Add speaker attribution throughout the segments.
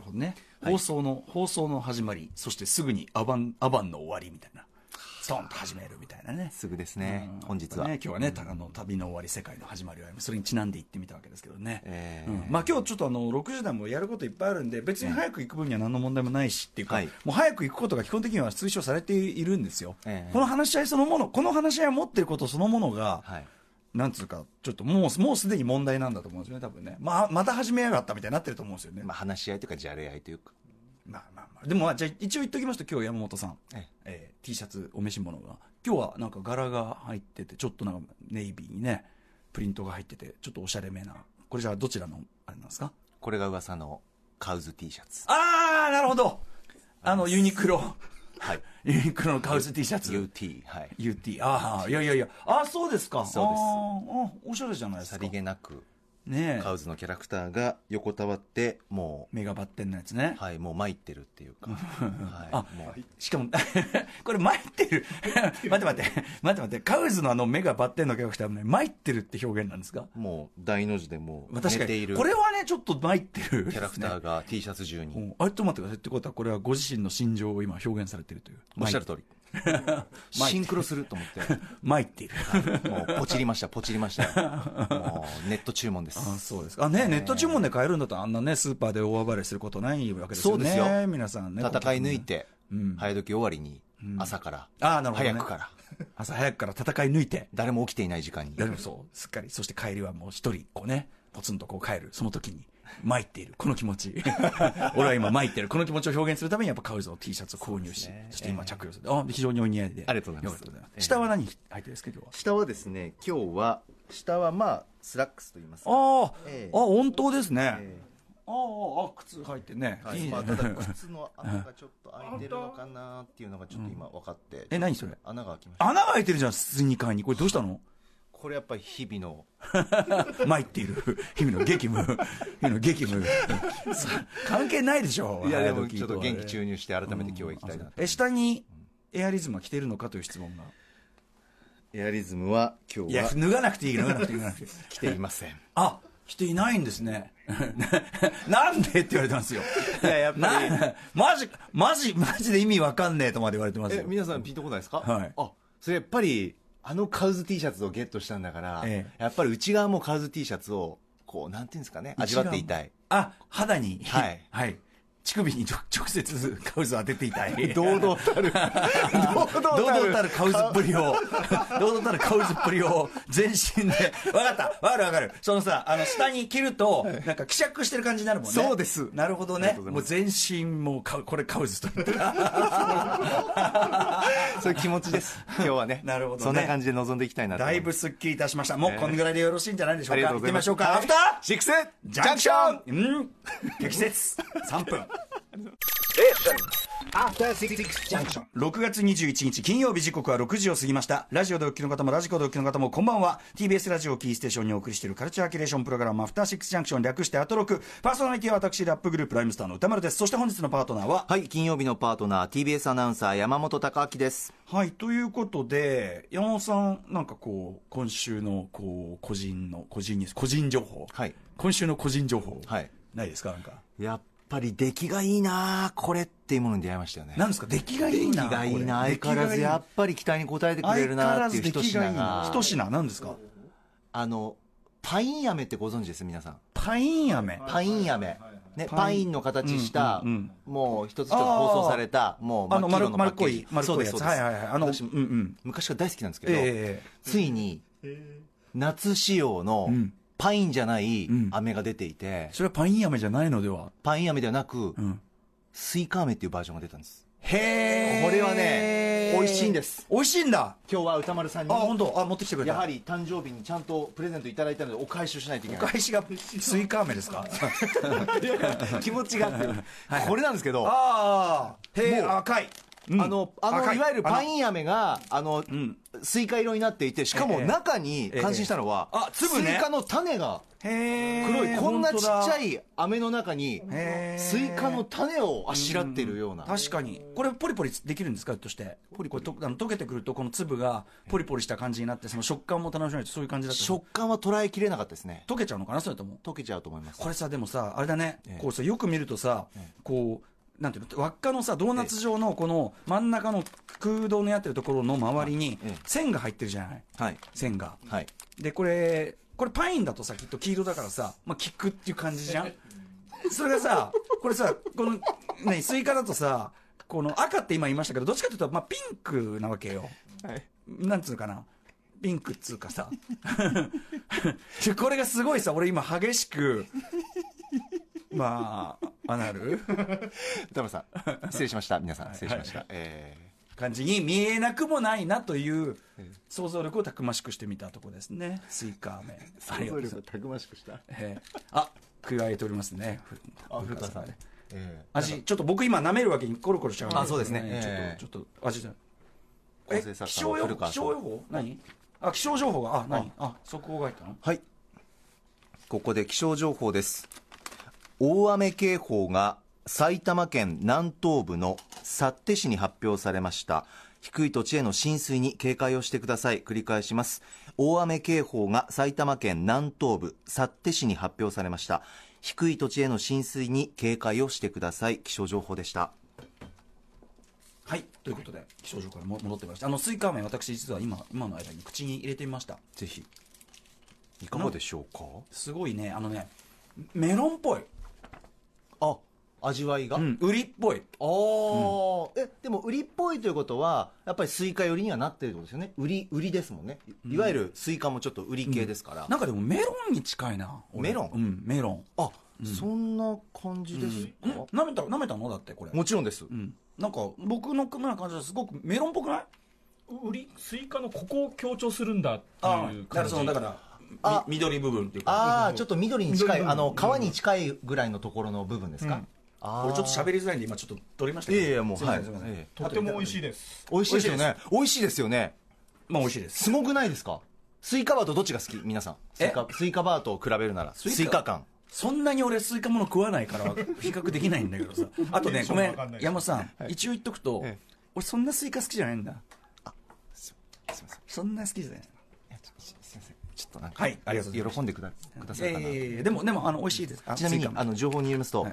Speaker 1: ほどね。放送の、放送の始まり、そしてすぐにアバン、アバンの終わりみたいな。ストンと始めるみたいなね。
Speaker 2: すぐですね
Speaker 1: うん
Speaker 2: 本日は
Speaker 1: ね、今日はね、たあの旅の終わり、世界の始まりは、それにちなんで行ってみたわけですけどね。
Speaker 2: えー
Speaker 1: うんまあ今日ちょっとあの6時台もやることいっぱいあるんで、別に早く行く分には何の問題もないしっていうか、
Speaker 2: はい
Speaker 1: もう早く行くことが基本的には推奨されているんですよ。
Speaker 2: ええ
Speaker 1: この話し合いそのもの、この話し合いを持ってることそのものが、
Speaker 2: はい
Speaker 1: なんつうか、ちょっともうもうすでに問題なんだと思うんですよね、多分ね。まあ、また始めやがったみたいになってると思うんですよね。
Speaker 2: まあ、話し合いというかじゃれ合いというか
Speaker 1: まあまあまあ、でもまあじゃあ一応言っときますと今日山本さん、
Speaker 2: え
Speaker 1: えー T シャツお召し物が今日はなんか柄が入っててちょっとなんかネイビーにねプリントが入っててちょっとおしゃれめなこれじゃあどちらのあれなんですか
Speaker 2: これが噂のカウズ T シャツ
Speaker 1: ああなるほどあのユニクロ
Speaker 2: はい
Speaker 1: ユニクロのカウス T シャツ
Speaker 2: UT はい
Speaker 1: UT ああいやいやいやああそうですか
Speaker 2: そうです
Speaker 1: あーあおしゃれじゃないです
Speaker 2: さ
Speaker 1: か
Speaker 2: り
Speaker 1: ね
Speaker 2: げなく
Speaker 1: え
Speaker 2: カウズのキャラクターが横たわっても
Speaker 1: メガバッテンのやつね
Speaker 2: うはいもう参ってるっていう か、は
Speaker 1: あ
Speaker 2: い、もう
Speaker 1: しかも、 これ、参ってる。 待って待って、待って待って、カウズのあの目がバッテンのキャラクターもね、参ってるって表現なんですか
Speaker 2: もう大の字でもう
Speaker 1: まあ
Speaker 2: 寝
Speaker 1: 確か
Speaker 2: てい
Speaker 1: に、
Speaker 2: る
Speaker 1: これはね、ちょっと参ってる、
Speaker 2: キャラクター。が T シャツ中
Speaker 1: う
Speaker 2: に
Speaker 1: ん、あれ、ちょっと待ってください。ってことは、これはご自身の心情を今表現されてるという。
Speaker 2: おっしゃる通りシンクロすると 思っ
Speaker 1: 参っている。
Speaker 2: てもうポチりましたポチりました もうネット注文です
Speaker 1: あそうですか。あ、ね、ネット注文で買えるんだったら、あんなね、スーパーで大暴れすることないわけですよね。
Speaker 2: そうですよ
Speaker 1: 皆さんね。
Speaker 2: 戦い抜い
Speaker 1: て。
Speaker 2: て、
Speaker 1: うん
Speaker 2: 早時終わりに、朝から、
Speaker 1: ああ、なるほど、ね。
Speaker 2: 早くから、
Speaker 1: 朝早くから戦い抜いて。
Speaker 2: 誰も起きていない時間に、
Speaker 1: でもそう、すっかり。そして帰りはもう一人、こうね、ポツンとこう帰る。その時に、参っている。この気持ち。 俺は今参ってる。この気持ちを表現するために、やっぱカウズの T シャツを購入し、そ,、して今着用する。あ、非常にお似合いで。
Speaker 2: ありがとうございます
Speaker 1: よかった下は何履いてるんですか、今日
Speaker 2: 下はですね、今日は、下はまあ、スラックスと言いますか
Speaker 1: は。ああ、
Speaker 2: ええ
Speaker 1: あ、温当ですね。
Speaker 2: え
Speaker 1: ああ、ああ、靴履いてね。
Speaker 2: はい
Speaker 1: いね
Speaker 2: まあ、ただ、靴の穴がちょっと開いてるのかなっていうのがちょっと今分かって、
Speaker 1: え、何それ
Speaker 2: 穴が開きました。
Speaker 1: 穴が開いてるじゃん、スニーカーに。これどうしたの
Speaker 2: これやっぱり日々の、
Speaker 1: 参っている。日々の激務。日々の激 務。さ関係ないでしょ。
Speaker 2: いやでも
Speaker 1: 早時
Speaker 2: ちょっと元気注
Speaker 1: は
Speaker 2: 入して改めて今日は行きたいなと。
Speaker 1: え下にエアリズムは着てるのかという質問が
Speaker 2: エアリズムは今
Speaker 1: い
Speaker 2: 日
Speaker 1: や
Speaker 2: は
Speaker 1: 脱がなくていい脱がなく ていい脱がなくていい
Speaker 2: 来ていません。
Speaker 1: あ着ていないんですね なんでって言われたんですよ
Speaker 2: いや、やっぱり、
Speaker 1: なマジマジマジで意味わかんねえとまで言われてます
Speaker 2: え
Speaker 1: よ
Speaker 2: 皆さんピンとこないですか、
Speaker 1: はい
Speaker 2: あそれやっぱりあのカウズ T シャツをゲットしたんだから、
Speaker 1: え
Speaker 2: やっぱり内側もカウズ T シャツをこうなんていうんですかね味わっていたい
Speaker 1: あ肌に
Speaker 2: はい
Speaker 1: 乳首にちょ直接カウスを当てていた い
Speaker 2: 堂々たる堂々
Speaker 1: 堂
Speaker 2: た
Speaker 1: 々
Speaker 2: る
Speaker 1: たるカウズっぷりを、堂々たるカウズっぷりを全身で、わかった、わかるわかる。そのさ、あの、下に着ると、なんか希釈してる感じになるもんね。
Speaker 2: そうです
Speaker 1: なるほど
Speaker 2: あり
Speaker 1: ね
Speaker 2: が。とう
Speaker 1: も
Speaker 2: ご
Speaker 1: う全身もうカウ、これカウ ズと言ってる。
Speaker 2: そういう気持ちです今日はね
Speaker 1: なるほどね
Speaker 2: そんな感じで臨んでいきたいなと
Speaker 1: だ
Speaker 2: 思
Speaker 1: い
Speaker 2: いま
Speaker 1: ぶ
Speaker 2: す
Speaker 1: すっきりいたしました。もうこんぐらいでよろしいんじゃないでしょ
Speaker 2: あ
Speaker 1: う
Speaker 2: り
Speaker 1: か。
Speaker 2: がとう
Speaker 1: 行ってみ
Speaker 2: ございま
Speaker 1: ますしょうか。アフター
Speaker 2: シックス
Speaker 1: ジ
Speaker 2: ジ
Speaker 1: ャ
Speaker 2: ャ
Speaker 1: ン
Speaker 2: ン
Speaker 1: ク
Speaker 2: ク
Speaker 1: シ
Speaker 2: シ
Speaker 1: ョ
Speaker 2: ョン
Speaker 1: ンうん適切 !3 分
Speaker 3: After Six Junction.
Speaker 1: 6月21日金曜日時刻は6時を過ぎましたラジオでお聞きの方もラジコでお聞きの方もこんばんは TBS ラジオをキーステーションにお送りしているカルチャーキュレーションプログラム「アフターシックスジャンクション」略してアトロクパーソナリティは私ラップグループライムスターの歌丸ですそして本日のパートナーは
Speaker 2: はい金曜日のパートナー TBS アナウンサー山本貴明です
Speaker 1: はいということで山本さんなんかこう今週のこう個人の個人ニュース個人情報、
Speaker 2: はい
Speaker 1: 今週の個人情報、
Speaker 2: はい
Speaker 1: ないですかなんか
Speaker 2: やっぱり出来がいいなあこれっていうものに出会いましたよね
Speaker 1: なんですか出来がいいな
Speaker 2: 出来がいいな
Speaker 1: これ
Speaker 2: 相変わらずやっぱり期待に応えてくれるなっていう
Speaker 1: 相変わらず
Speaker 2: 一
Speaker 1: 出来
Speaker 2: 品
Speaker 1: がいい
Speaker 2: が
Speaker 1: な一品なんですか
Speaker 2: あの、パイン飴ってご存知です皆さん。
Speaker 1: パイン飴
Speaker 2: パイン飴。ね、
Speaker 1: パイン
Speaker 2: パインの形した、
Speaker 1: うんうん
Speaker 2: もう一つ一つ包装された、もう
Speaker 1: あの
Speaker 2: 真っ黄
Speaker 1: 丸
Speaker 2: 色のパ
Speaker 1: 丸っ
Speaker 2: ッケ
Speaker 1: こ
Speaker 2: ージ
Speaker 1: い丸っこいやつ
Speaker 2: そうです
Speaker 1: はいはいはいあのうん
Speaker 2: 私
Speaker 1: うん
Speaker 2: 昔から大好きなんですけど、
Speaker 1: え
Speaker 2: ついに、夏仕様の
Speaker 1: ん
Speaker 2: パインじゃない
Speaker 1: ん
Speaker 2: 飴が出ていて
Speaker 1: え、それはパイン飴じゃないのでは
Speaker 2: パイン飴ではなく、
Speaker 1: ん
Speaker 2: スイカ飴っていうバージョンが出たんです。
Speaker 1: へ
Speaker 2: ーこれはね美味しいんです
Speaker 1: 美味しいんだ
Speaker 2: 今日は歌丸さん
Speaker 1: あ
Speaker 2: に、
Speaker 1: 本当あ持ってきてくれた
Speaker 2: やはり誕生日にちゃんとプレゼントいただいたのでお返しをしないといけ
Speaker 1: お
Speaker 2: ない。
Speaker 1: 返し がスイカ飴ですか
Speaker 2: 気持ちがあって、これなんですけど、
Speaker 1: ああへえ
Speaker 2: もう
Speaker 1: 赤いうん
Speaker 2: あのあ
Speaker 1: 赤
Speaker 2: の
Speaker 1: い
Speaker 2: いわゆる
Speaker 1: あの
Speaker 2: パイン飴があの、
Speaker 1: ん
Speaker 2: スイカ色になっていてしかも
Speaker 1: ええ
Speaker 2: 中に
Speaker 1: ええ
Speaker 2: 感心したのは、
Speaker 1: ええあ粒ね
Speaker 2: スイカの種が
Speaker 1: へー
Speaker 2: 黒い、こんなちっちゃ
Speaker 1: 本
Speaker 2: い飴の中に
Speaker 1: 当だへー
Speaker 2: スイカの種をあしらってるような、
Speaker 1: 確かにこれポリポリできるんですかとしてポリポリとあの溶けてくるとこの粒がポリポリした感じになってその食感も楽しめるそういう感じだった
Speaker 2: 食感は捉えきれなかったですね
Speaker 1: 溶けちゃうのかなそれとも
Speaker 2: 溶けちゃうと思います
Speaker 1: これさでもさあれだね、
Speaker 2: ええ
Speaker 1: こうさよく見るとさ、こうなんていうの輪っかのさドーナツ状のこの真ん中の空洞のやってるところの周りに
Speaker 2: ええ
Speaker 1: 線が入ってるじゃない
Speaker 2: はい
Speaker 1: 線が
Speaker 2: はい
Speaker 1: でこれこれパインだとさきっと黄色だからさまあキくっていう感じじゃんそれがさこれさこのねスイカだとさこの赤って今言いましたけどどっちかというと、まあ、ピンクなわけよ
Speaker 2: はい
Speaker 1: なんつうのかなピンクっつうかさ でこれがすごいさ俺今激しくまあアナル
Speaker 2: 田村さん失礼しました皆さん失礼しました、え
Speaker 1: 感じに見えなくもないなという想像力をたくましくしてみたとこですねスイカ飴
Speaker 2: ー
Speaker 1: ありがとうございます
Speaker 2: がたくましくした
Speaker 1: えーあ加えておりますねふ
Speaker 2: あ古川さん
Speaker 1: ね
Speaker 2: えー
Speaker 1: 味ちょっと僕今舐めるわけにコロコロしちゃうん
Speaker 2: あそうですねえ
Speaker 1: ちょっとちょっと味じゃ
Speaker 2: 構
Speaker 1: え
Speaker 2: 成作
Speaker 1: 気
Speaker 2: 家の
Speaker 1: 象予
Speaker 2: 古
Speaker 1: 報気
Speaker 2: 川さ
Speaker 1: 象
Speaker 2: ん
Speaker 1: 予報何あ気象情報があ何あ速報が入ったの
Speaker 2: はいここで気象情報です大雨警報が埼玉県南東部の幸手市に発表されました低い土地への浸水に警戒をしてください繰り返します大雨警報が埼玉県南東部幸手市に発表されました低い土地への浸水に警戒をしてください気象情報でした
Speaker 1: はいということで気象情報からも戻ってまいりましたあのスイカ飴私実は今今の間に口に入れてみました
Speaker 2: ぜひいかがでしょうか
Speaker 1: すごいねあのねメロンっぽい、
Speaker 2: あ味わいが、
Speaker 1: うん、ウリっぽい
Speaker 2: ああ、えでも売りっぽいということはやっぱりスイカ寄りにはなってるってことですよね売り売りですもんねいいわゆるスイカもちょっと売り系ですから、
Speaker 1: なんかでもメロンに近いな俺
Speaker 2: メロン
Speaker 1: うんメロン
Speaker 2: あ、そんな感じですか、
Speaker 1: ん舐めた舐めたのだってこれ
Speaker 2: もちろんです、
Speaker 1: うん、なんか僕の組むような感じはすごくメロンっぽくない
Speaker 3: 売りスイカのここを強調するんだって
Speaker 1: あ
Speaker 3: いう
Speaker 1: だか
Speaker 3: 感
Speaker 1: ら
Speaker 3: じ
Speaker 1: そのだから
Speaker 2: あ
Speaker 1: み緑部分っていうか
Speaker 2: ああちょっと緑に近い
Speaker 3: 緑の
Speaker 2: あの皮に近いぐらいのところの部分ですか、あー
Speaker 1: 俺ちょっと喋りづらいんで今ちょっと取りました
Speaker 2: いやいやもう
Speaker 1: すません
Speaker 2: はい
Speaker 1: すません
Speaker 2: え
Speaker 3: とても美味しい
Speaker 1: い
Speaker 3: です
Speaker 2: 美味しいですよね美味しいですよね
Speaker 1: まあ美味しいです
Speaker 2: すごくないですかスイカバーとどっちが好き皆さんスイカスイカバーと比べるならス
Speaker 1: イカ
Speaker 2: イカ感
Speaker 1: そんなに俺スイカもの食わないから比較できないんだけど さあとねごめん
Speaker 3: テンションわかんない
Speaker 1: 山本さん、一応言っとくと、
Speaker 2: ええ
Speaker 1: 俺そんなスイカ好きじゃないんだ
Speaker 2: すいません
Speaker 1: そんな好きじゃない
Speaker 2: いやちょっとすいませんちょっとなんか、
Speaker 1: はいありがとうございます
Speaker 2: 喜んでくだくださるかなと
Speaker 1: いやいやいやでもでもあの美味しいですあ
Speaker 2: ちな
Speaker 1: ス
Speaker 2: み
Speaker 1: イ
Speaker 2: に
Speaker 1: カも
Speaker 2: あの情報によりますと、
Speaker 1: はい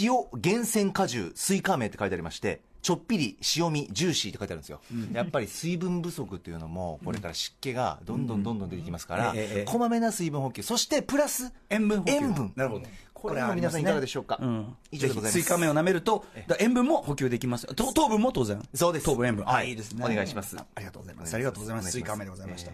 Speaker 2: 塩厳選果汁スイカ名って書いてありましてちょっぴり塩味ジューシーって書いてあるんですよ、やっぱり水分不足っていうのもこれから湿気がどんどんどんどん出てきますから、
Speaker 1: うんええええ
Speaker 2: こまめな水分補給そしてプラス
Speaker 1: 塩分補給
Speaker 2: 塩分
Speaker 1: なるほど
Speaker 2: これは皆さんいかがでしょうか、
Speaker 1: うん、
Speaker 2: 以上でございます
Speaker 1: ぜひスイカ麺を舐めると、だから塩分も補給できます。と糖分も当然。
Speaker 2: そうです
Speaker 1: 糖分、塩分。
Speaker 2: はい
Speaker 1: あ
Speaker 2: お願いします
Speaker 1: あありがとうございま
Speaker 2: お願いします
Speaker 1: す。ありがとうございま
Speaker 2: お願い
Speaker 1: す。ス
Speaker 2: します
Speaker 1: イカ麺でございました。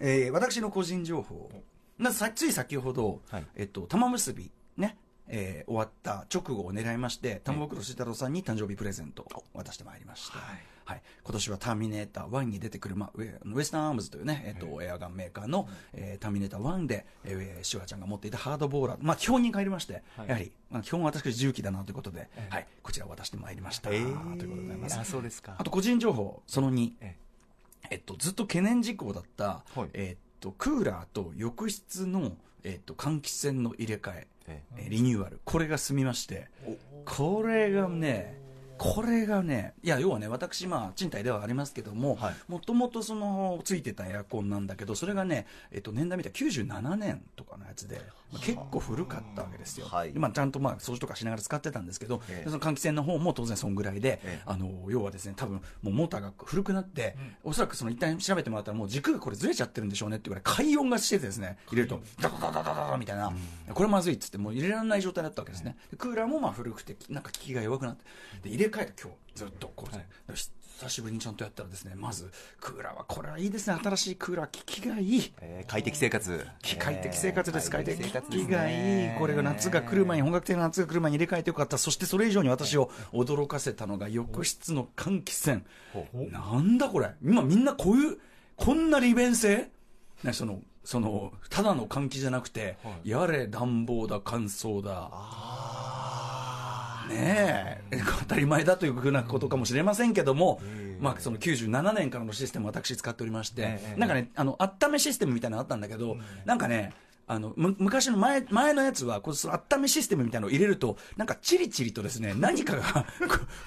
Speaker 1: えー私の個人情報。なさつい先ほど、
Speaker 2: はい
Speaker 1: えっと、玉結び、ね。えー終わった直後を狙いまして、玉袋慎太郎さんに誕生日プレゼントを渡してまいりました。はい。今年はターミネーター1に出てくる、まあ、ウェウエスタンアームズというね、えっと、エアガンメーカーの、えーターミネーター1で、えー、シュワちゃんが持っていたハードボーラー、まあ、基本に帰りまして、
Speaker 2: はい
Speaker 1: やはり、まあ、基本は私が重機だなということで、はい、こちらを渡してまいりました。
Speaker 2: え
Speaker 1: ということでございます
Speaker 2: あ。そうですか
Speaker 1: あと個人情報、その2、
Speaker 2: え
Speaker 1: えっと、ずっと懸念事項だった、
Speaker 2: はい
Speaker 1: えっと、クーラーと浴室の、えっと、換気扇の入れ替え、
Speaker 2: え
Speaker 1: えーリニューアル、これが済みまして、これがね、これがね、いや、要はね、私、まあ、賃貸ではありますけども
Speaker 2: はい、
Speaker 1: もともとその、ついてたエアコンなんだけど、それがね、えっと、年代見たら97年とかのやつで、まあ結構古かったわけですよ。
Speaker 2: はい
Speaker 1: まあ、ちゃんとまあ、掃除とかしながら使ってたんですけど、
Speaker 2: ええ
Speaker 1: その換気扇の方も当然そんぐらいで
Speaker 2: ええ、
Speaker 1: あの、要はですね、多分、もうモーターが古くなって、おそらくその、一旦調べてもらったら、もう軸がこれずれちゃってるんでしょうねっていうぐらい、快音がしててですね、入れると、ガガガガガガガみたいな、これまずいっつって、もう入れられない状態だったわけですね。でクーラーもまあ古くて、なんか効きが弱くなって、で、入れ替えて今日、ずっとこう、よし久しぶりにちゃんとやったらですね、まず、クーラーは、これはいいですね、新しいクーラー、効きがいい。
Speaker 2: えー快適生活
Speaker 1: 機械的生活です、
Speaker 2: えー
Speaker 1: 快適
Speaker 2: 快適生活です
Speaker 1: 機
Speaker 2: ね
Speaker 1: がいい、これが夏が来る前に、本格的な夏が来る前に入れ替えてよかった、そしてそれ以上に私を驚かせたのが、浴室の換気扇、なんだこれ、今、みんなこういう、こんな利便性ね、そのそのただの換気じゃなくて、やれ暖房だ乾燥だねえ当たり前だというふうなことかもしれませんけども、まあ、その97年からのシステム、私、使っておりまして、なんかね、あの温めシステムみたいなのあったんだけど、なんかね、あのむ昔の前前のやつは、こうその温めシステムみたいなのを入れると、なんかチリチリとですね何かが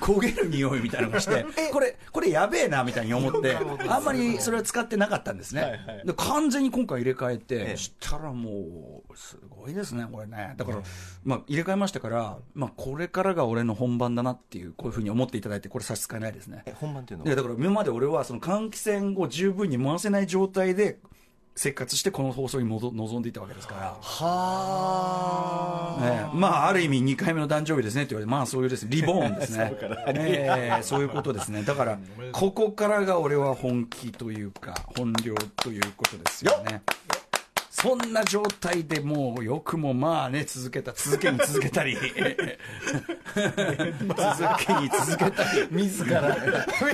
Speaker 1: こ焦げる匂いみたいなのが して、これ、これやべえなみたいに思って、あんまりそれは使ってなかったんですね、で完全に今回入れ替えて、そしたらもう、すごいですね、これね、だから、まあ、入れ替えましたから、まあ、これからが俺の本番だなっていう、こういうふうに思っていただいて、これ、差し支えないですね。
Speaker 2: え本番っていうの
Speaker 1: いや
Speaker 2: は
Speaker 1: だから今まで俺はその換気扇を十分に回せない状態で生活してこの放送にもど臨んでいたわけですから。
Speaker 2: はあ、
Speaker 1: ええまあ、ある意味2回目の誕生日ですねって言われて、まあそういうですね、リボーンですね。ええそういうことですね。だから、ここからが俺は本気というか、本領ということですよね。そんな状態でもうよくもまあね続けた続けに続けたり続けに続けたり自ら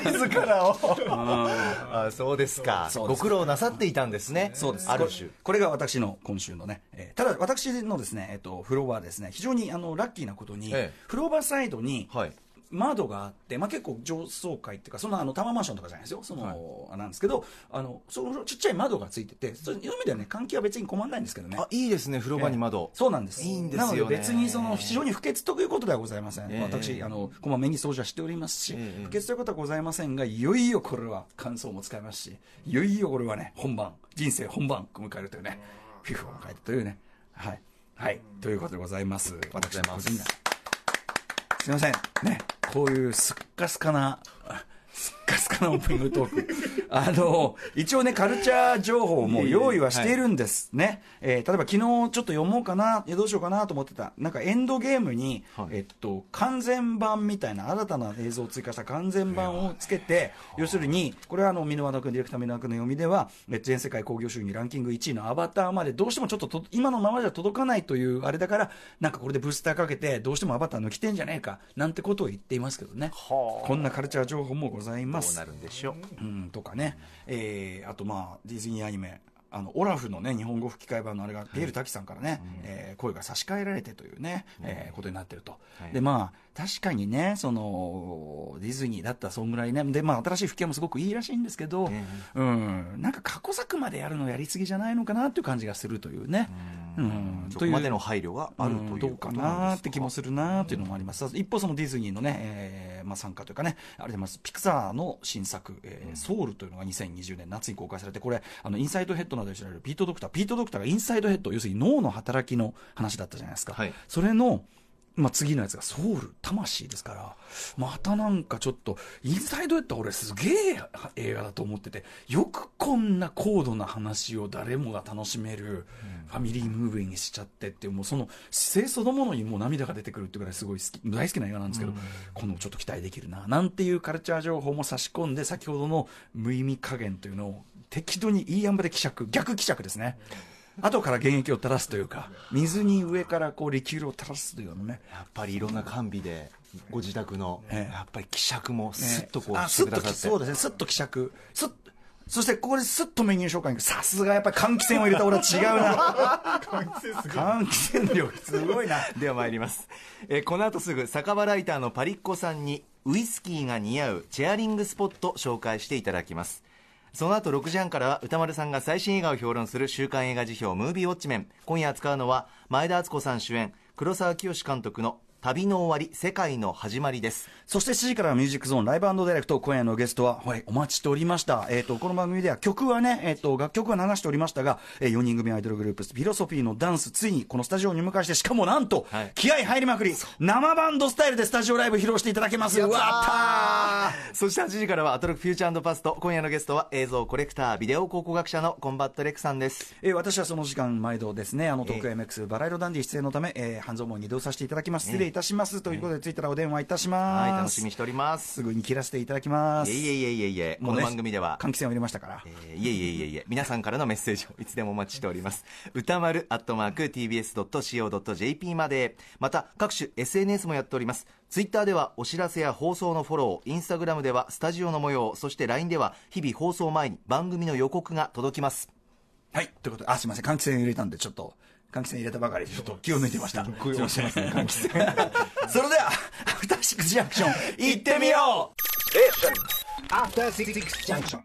Speaker 2: 自らをあそうですか
Speaker 1: そうで
Speaker 2: ご
Speaker 1: す
Speaker 2: 苦労なさっていたんですね
Speaker 1: そうです
Speaker 2: ある
Speaker 1: こ
Speaker 2: 種
Speaker 1: れこれが私の今週のね、えーただ私のですね、えっとフロアはですね非常にあのラッキーなことに、
Speaker 2: ええ
Speaker 1: フロアサイドに
Speaker 2: はい
Speaker 1: 窓があって、まあ、結構上層階っていうかそんなあのタワーマンションとかじゃないですよその、なんですけどあのそのちっちゃい窓がついててそういう意味ではね換気は別に困らないんですけどね
Speaker 2: あいいですね風呂場に窓、
Speaker 1: そうなんです
Speaker 2: いいんですよ
Speaker 1: な
Speaker 2: ね
Speaker 1: ので別にその非常に不潔ということではございません、
Speaker 2: ええ
Speaker 1: 私あのこまめに掃除はしておりますし、
Speaker 2: ええ
Speaker 1: 不潔ということはございませんがいよいよこれは感想も使えますしいよいよこれはね本番人生本番を迎えるというねフィフを迎えるというねはい、はい、ということでございます私の個人談すいませんねこういうすっかすかなあすっかすかなオープニングトークあの一応ねカルチャー情報も用意はしているんですね、えー例えば昨日ちょっと読もうかなえどうしようかなと思ってたなんかエンドゲームに、えっと、完全版みたいな新たな映像を追加した完全版をつけて要するにこれはあの箕輪田君ディレクター箕輪田君の読みではえ全世界興行収入ランキング1位の「アバター」までどうしてもちょっとと今のままじゃ届かないというあれだからなんかこれでブースターかけてどうしても「アバター」抜きてんじゃねえかなんてことを言っていますけどねこんなカルチャー情報もございま
Speaker 2: どう
Speaker 1: す
Speaker 2: な。るんでしょ
Speaker 1: う
Speaker 2: う
Speaker 1: ん、とかね、えーあとまあディズニーアニメあのオラフのね日本語吹き替え版のあれがピエール滝さんからね、えー声が差し替えられてというね、えーことになってると、
Speaker 2: はい
Speaker 1: でまあ確かにねそのディズニーだったらそんぐらいねでまあ新しい吹き替えもすごくいいらしいんですけど、
Speaker 2: え
Speaker 1: うんなんか過去作までやるのやりすぎじゃないのかなっていう感じがするというねうん
Speaker 2: そ
Speaker 1: と
Speaker 2: こ
Speaker 1: いう
Speaker 2: までの配慮があると
Speaker 1: うん
Speaker 2: い
Speaker 1: ど
Speaker 2: う
Speaker 1: う
Speaker 2: こ
Speaker 1: か
Speaker 2: とな
Speaker 1: なんーっ
Speaker 2: です
Speaker 1: て
Speaker 2: か
Speaker 1: 気もするなーっていうのもあります、一方、そのディズニーのね、えーまあ、参加というかね、あれでますピクサーの新作、えーソウルというのが2020年夏に公開されて、これ、あのインサイドヘッドなどで知られるピート・ドクター、ピート・ドクターがインサイドヘッド、要するに脳の働きの話だったじゃないですか、
Speaker 2: はい
Speaker 1: それの、まあ、次のやつがソウル、魂ですから、またなんかちょっと、インサイドヘッド、俺、すげえ映画だと思ってて、よくこんな高度な話を誰もが楽しめる、ファミリームービーにしちゃってっていう、もうその姿勢そのものにもう涙が出てくるっていうぐらい、すごい好き、大好きな映画なんですけど、今度ちょっと期待できるな、なんていうカルチャー情報も差し込んで、先ほどの無意味加減というのを、適度にいい塩梅で希釈、逆希釈ですね。後から原液を垂らすというか、水に上からこうリキュールを垂らすというようなね、
Speaker 2: やっぱりいろんな完備でご自宅の、
Speaker 1: ええ
Speaker 2: やっぱり希釈もスッとこ
Speaker 1: あ
Speaker 2: うし
Speaker 1: ス
Speaker 2: て
Speaker 1: ッと
Speaker 2: く
Speaker 1: き
Speaker 2: ださって
Speaker 1: そうですね、すっと希釈、すっそしてここでスッとメニュー紹介にさすがやっぱり換気扇を入れた俺は違う な換気扇の量すごいな
Speaker 2: では参ります、えーこの後すぐ酒場ライターのパリッコさんにウイスキーが似合うチェアリングスポット紹介していただきますその後6時半からは歌丸さんが最新映画を評論する週刊映画辞表「ムービーウォッチメン」今夜扱うのは前田敦子さん主演黒沢清監督の「旅の終わり世界の始まり」です
Speaker 1: そして7時からはミュージックゾーンライブディレクト今夜のゲストは、はい、お待ちしておりました、えー、とこの番組では曲はね、えー、と楽曲は流しておりましたが、え4人組アイドルグループフィロソフィーのダンスついにこのスタジオに迎えしてしかもなんと、
Speaker 2: はい
Speaker 1: 気合入りまくり生バンドスタイルでスタジオライブ披露していただけますうわった
Speaker 2: そして8時からはアトロックフューチャーパスト今夜のゲストは映像コレクタービデオ考古学者のコンバットレックさんです
Speaker 1: えー私はその時間、毎度ですね、あの、
Speaker 2: ええ
Speaker 1: 東京 MX バラ色ダンディ出演のため、えー半蔵門に移動させていただきます。失礼いたします。ということで、着いたらお電話いたします。
Speaker 2: はい楽しみにしております
Speaker 1: すぐに切らせていただきます。
Speaker 2: いえいえいえいえいえ
Speaker 1: もう
Speaker 2: この
Speaker 1: ね
Speaker 2: 番組では
Speaker 1: 換気扇を入れましたから。
Speaker 2: えーいえいえいえいえ、皆さんからのメッセージをいつでもお待ちしております。歌丸、アットマーク、tbs.co.jp まで。また、各種 SNS もやっております。ツイッターではお知らせや放送のフォロー、インスタグラムではスタジオの模様、そして LINE では日々放送前に番組の予告が届きます。
Speaker 1: はい。ということで、あ、すいません。換気扇入れたんで、ちょっと、換気扇入れたばかりでちょっと気を抜いてましたす
Speaker 2: ごい
Speaker 1: いませんそれで はアフターシックスジャンクション行ってみよう
Speaker 4: After Six Junction.